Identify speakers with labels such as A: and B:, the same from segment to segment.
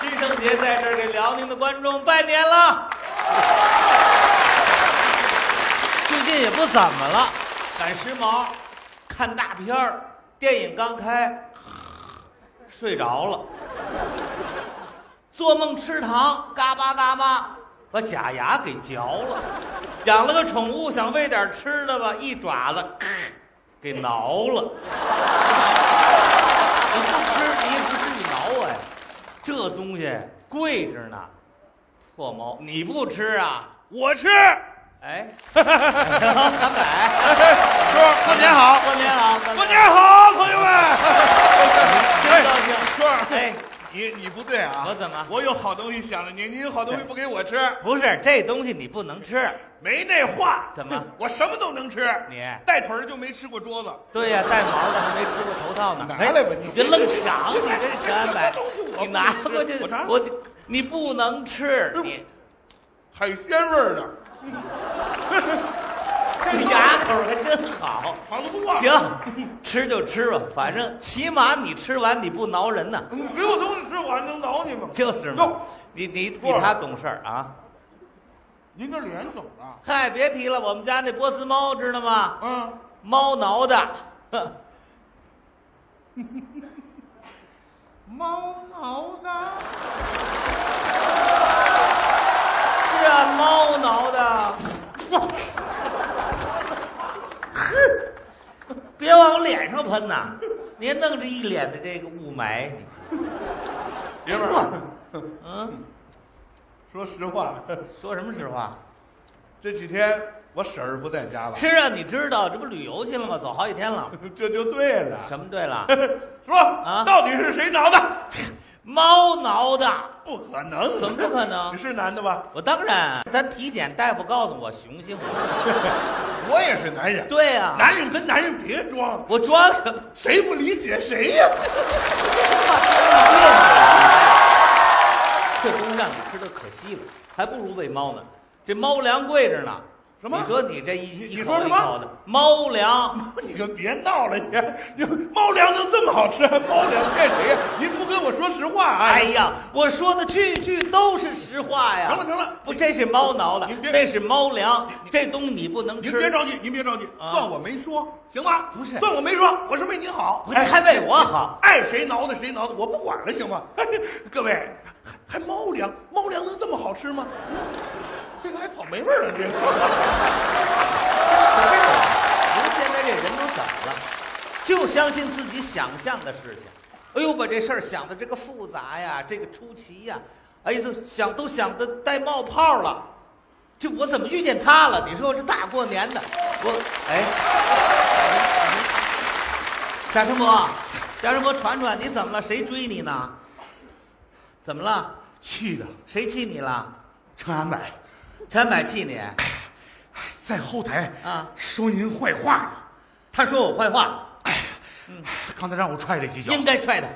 A: 师生节在这儿给辽宁的观众拜年了。最近也不怎么了，赶时髦，看大片儿，电影刚开，睡着了，做梦吃糖，嘎巴嘎巴，把假牙给嚼了。养了个宠物，想喂点吃的吧，一爪子咔给挠了。我不吃，你也不吃，你挠我呀！这东西贵着呢，破猫，你不吃啊？
B: 我吃。
A: 哎，韩 仔，
B: 叔，过年好，
A: 过年好，
B: 过年好，朋 友们。
A: 真高兴。
B: 叔，
A: 哎，
B: 你你不对啊，
A: 我怎么
B: 我有好东西想着您，您有好东西不给我吃，
A: 不是这东西你不能吃，
B: 没那话。
A: 怎么
B: 我什么都能吃，
A: 你
B: 带腿儿就没吃过桌子。
A: 对呀，带毛的还没吃过头套呢。
B: 拿
A: 哎
B: 来吧你
A: 你别愣抢，你这陈安
B: 这什么
A: 白
B: 东西我，不
A: 你拿过去
B: 吃我，尝
A: 我你不能吃，你
B: 海鲜味儿 的，
A: 你牙口还真好。
B: 房子不啊忘。
A: 行，吃就吃吧，反正起码你吃完你不挠人呐，
B: 你给我东西吃，我还能挠你吗？
A: 就是嘛
B: 哟。
A: 你你比他懂事儿啊！
B: 您这脸肿了。
A: 嗨，别提了，我们家那波斯猫知道吗？
B: 嗯，
A: 猫挠的，呵
B: 猫挠的。
A: 是啊，猫挠的。哼，别往脸上喷呐，您弄这一脸的这个雾霾，你
B: 爷们儿，
A: 嗯，
B: 说实话，
A: 说什么实话？
B: 这几天我婶儿不在家了，
A: 是啊，你知道这不旅游去了吗？走好几天了。
B: 这就对了。
A: 什么对了？
B: 说
A: 啊
B: 到底是谁挠的？
A: 猫挠的。
B: 不可能，
A: 怎么不可能
B: 你是男的吧？
A: 我当然，咱体检大夫告诉我雄性。
B: 我也是男人。
A: 对呀、
B: 男人跟男人别装，
A: 我装什么？
B: 谁不理解谁呀、
A: 这东西让你吃的可惜了，还不如喂猫呢。这猫粮贵着呢。
B: 什么
A: 你说你这一
B: 你
A: 一
B: 说
A: 口
B: 什
A: 一
B: 么
A: 口的猫粮，
B: 你就别闹了，你你猫粮都这么好吃，还 猫粮骗谁呀、您不跟我说实话啊？
A: 哎呀，我说的句句都是实话呀。
B: 行了行了
A: 不，这是猫挠的
B: 您，别
A: 那是猫粮，这东西你不能
B: 您
A: 吃。
B: 别着急，您别着急，
A: 啊
B: 算我没说，行吗？
A: 不是
B: 算我没说，我是为您好，
A: 不
B: 哎
A: 是还为我好
B: 爱谁挠的谁挠的，我不管了，行吗？ 各位，还还猫粮，猫粮能这么好吃吗？ 这个还草莓味儿呢，这个。
A: 您现在这人都怎么了？就相信自己想象的事情。哎呦，把这事儿想的这个复杂呀，这个出奇呀，哎呀，都想都想的带冒泡了。这我怎么遇见他了？你说我这大过年的，我哎，贾春博，贾春博，传传你怎么了？谁追你呢？怎么了？
B: 气的，
A: 谁气你了？
B: 陈安柏
A: 陈柏气你？
B: 在后台
A: 啊
B: 说您坏话呢。哎
A: 他说我坏话，
B: 刚才让我踹了几脚。
A: 嗯应该踹他。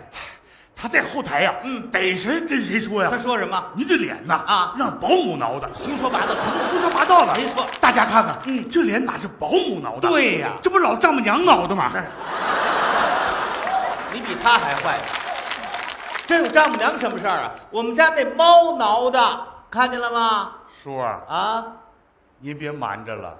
B: 他在后台呀、啊
A: 嗯
B: 逮谁跟谁说呀、
A: 他说什么？
B: 您这脸呐，
A: 啊
B: 让保姆挠的，
A: 胡说八道。
B: 胡说八道了。
A: 没错
B: 大家看看，
A: 嗯
B: 这脸哪是保姆挠的？
A: 对哎呀
B: 这不老丈母娘挠的吗？
A: 你比他还坏。这有丈母娘什么事儿啊？我们家那猫挠的，看见了吗？
B: 叔啊，
A: 啊，
B: 您别瞒着了，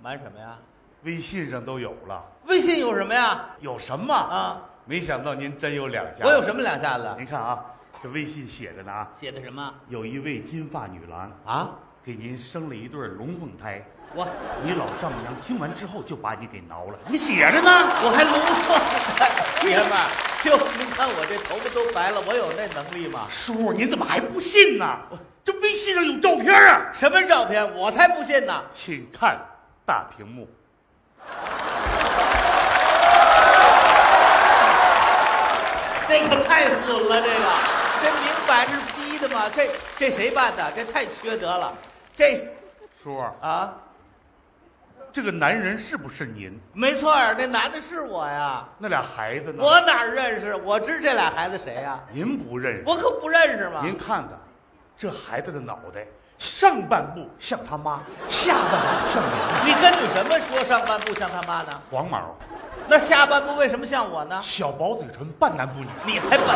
A: 瞒什么呀？
B: 微信上都有了，
A: 微信有什么呀？
B: 有什么啊？
A: 啊，
B: 没想到您真有两下。
A: 我有什么两下子？
B: 您看啊，这微信写着呢啊，
A: 写的什么
B: 有一位金发女郎
A: 啊？
B: 给您生了一对龙凤胎，
A: 我
B: 你老丈母娘听完之后就把你给挠了。
A: 你写着呢，我还聋了， 爷们儿，就您看我这头发都白了，我有那能力吗？
B: 叔，您怎么还不信呢？这微信上有照片啊！
A: 什么照片？我才不信呢！
B: 请看大屏幕。
A: 这个太损了，这个这明摆是 P 的嘛？这这谁办的？这太缺德了！这
B: 叔，
A: 啊，
B: 这个男人是不是您？
A: 没错儿，那男的是我呀，
B: 那俩孩子呢？
A: 我哪儿认识？我知这俩孩子谁呀？
B: 您不认识。
A: 我可不认识嘛。
B: 您看看，这孩子的脑袋上半部像他妈，下半部像娘。
A: 你跟女什么说上半部像他妈呢？
B: 黄毛，
A: 那下半部为什么像我呢？
B: 小薄嘴唇，半男不女。
A: 你才笨呢！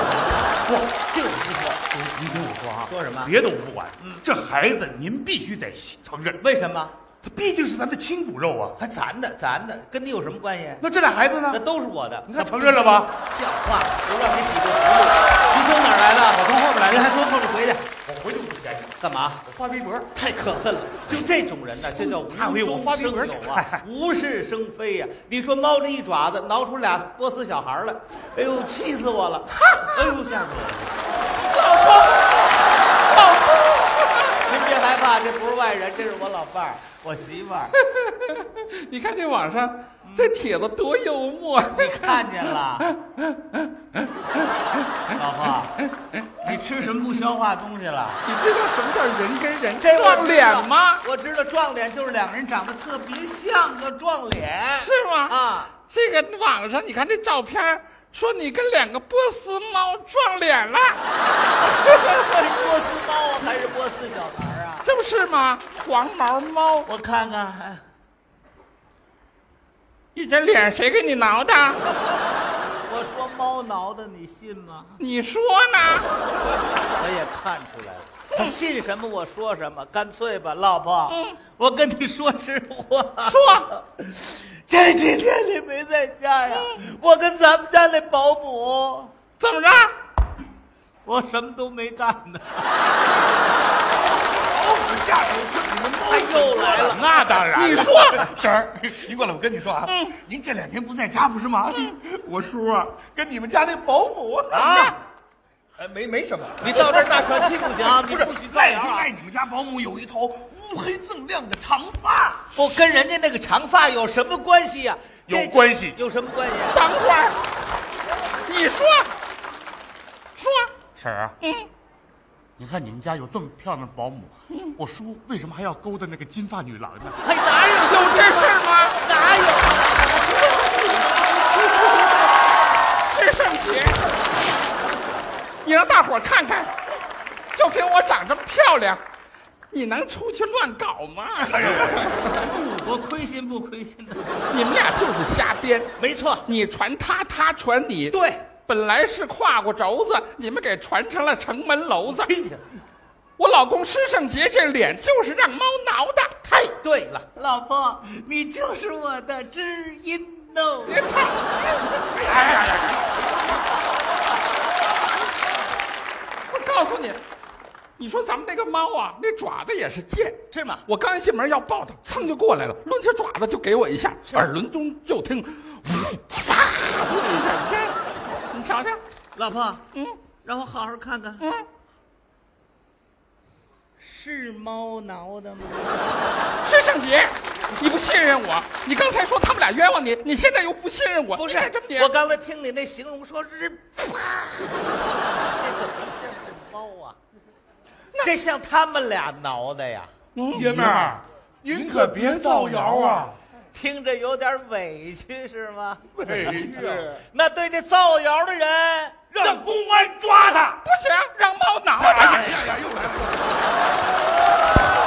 B: 我，
A: 这个我不说，
B: 你听我说啊，
A: 说什么嗯
B: 别的我不管，这孩子您必须得承认，
A: 为什么？
B: 他毕竟是咱的亲骨肉啊。
A: 还咱的咱的，跟你有什么关系？
B: 那这俩孩子
A: 那
B: 呢？
A: 都是我的，
B: 你看承认了吧？
A: 像话！我让你几个葫芦，你从哪儿来的？我从后面来的。你还从后面回去
B: 我回去我就联系，
A: 干嘛？
B: 我发微博。
A: 太可恨了！就这种人呢，这叫无
B: 大辉我
A: 中
B: 发微
A: 生
B: 博去
A: 有啊，无事生非呀、你说猫这一爪子挠出俩波斯小孩来，哎呦，气死我了！哎呦，吓死我 了！老公，老公，您别害怕，这不是外人，这是我老伴儿，我媳妇儿。
C: 你看这网上
A: 嗯
C: 这帖子多幽默，啊
A: 你看见了，老婆，你吃什么不消化东西了？
C: 你知道什么叫人跟人
A: 这我知道
C: 撞脸吗？？
A: 我知道撞脸就是两个人长得特别像个撞脸，
C: 是吗？
A: 啊，
C: 这个网上你看这照片儿，说你跟两个波斯猫撞脸了，
A: 是波斯猫啊还是波斯小孩啊？
C: 这不是吗？黄毛猫，
A: 我看看，哎
C: 你这脸谁给你挠的？
A: 我说猫挠的，你信吗？
C: 你说呢？
A: 我也看出来了。他信什么我说什么，干脆吧，老婆，我跟你说实话，
C: 说，
A: 这几天你没在家呀，我跟咱们家那保姆，
C: 怎么着？
A: 我什么都没干呢。
B: 下手你们猫
A: 他又哎来了，
C: 那当然了。你说，
B: 婶儿，您过来，我跟你说啊，
A: 嗯
B: 您这两天不在家不是吗？我叔啊，跟你们家那保姆
A: 啊，
B: 哎，没没什么，
A: 你到这儿大喘气不行啊，你
B: 不是
A: 不许造
B: 赖
A: 谣
B: 就
A: 啊
B: 赖！你们家保姆有一头乌黑锃亮的长发。
A: 我跟人家那个长发有什么关系呀、
B: 有
A: 这
B: 关系
A: 有什么关系、啊？
C: 等会儿，你说，说，
B: 婶儿啊，
C: 嗯，
B: 你看你们家有这么漂亮的保姆，我叔为什么还要勾搭那个金发女郎呢？
A: 还哪有
C: 有这事儿吗？
A: 哪有？
C: 是圣洁，你让大伙儿看看，就凭我长这么漂亮，你能出去乱搞吗？
A: 我亏心不亏心的？
C: 你们俩就是瞎编，
A: 没错，
C: 你传他，他传你。，
A: 对，
C: 本来是胯骨轴子，你们给传成了城门楼子。
A: 听听，
C: 我老公施圣杰这脸就是让猫挠的，
A: 太对了，老婆，你就是我的知音哦。
C: 你看，
B: 哎呀呀！
C: 我告诉你，你说咱们那个猫啊，那爪子也是贱。
A: 是吗？
C: 我刚一进门要抱它，噌就过来了，抡起爪子就给我一下，耳轮中就听，呜啪就一下，你看，你瞧瞧，
A: 老婆，
C: 嗯
A: 让我好好看看，
C: 嗯，
A: 是猫挠的吗？
C: 是圣杰，你不信任我，你刚才说他们俩冤枉你，你现在又不信任我，
A: 不是
C: 你看这么点，
A: 我刚才听你那形容说是啪，这可不像是猫啊，这像他们俩挠的呀，
C: 嗯
B: 爷们儿，您可别造谣啊！
A: 听着有点委屈是吗？
B: 委屈啊
A: 那对这造谣的人，
B: 让公安抓他！
C: 不行，让猫挠
B: 哎呀
C: 的，
B: 呀呀，又来了！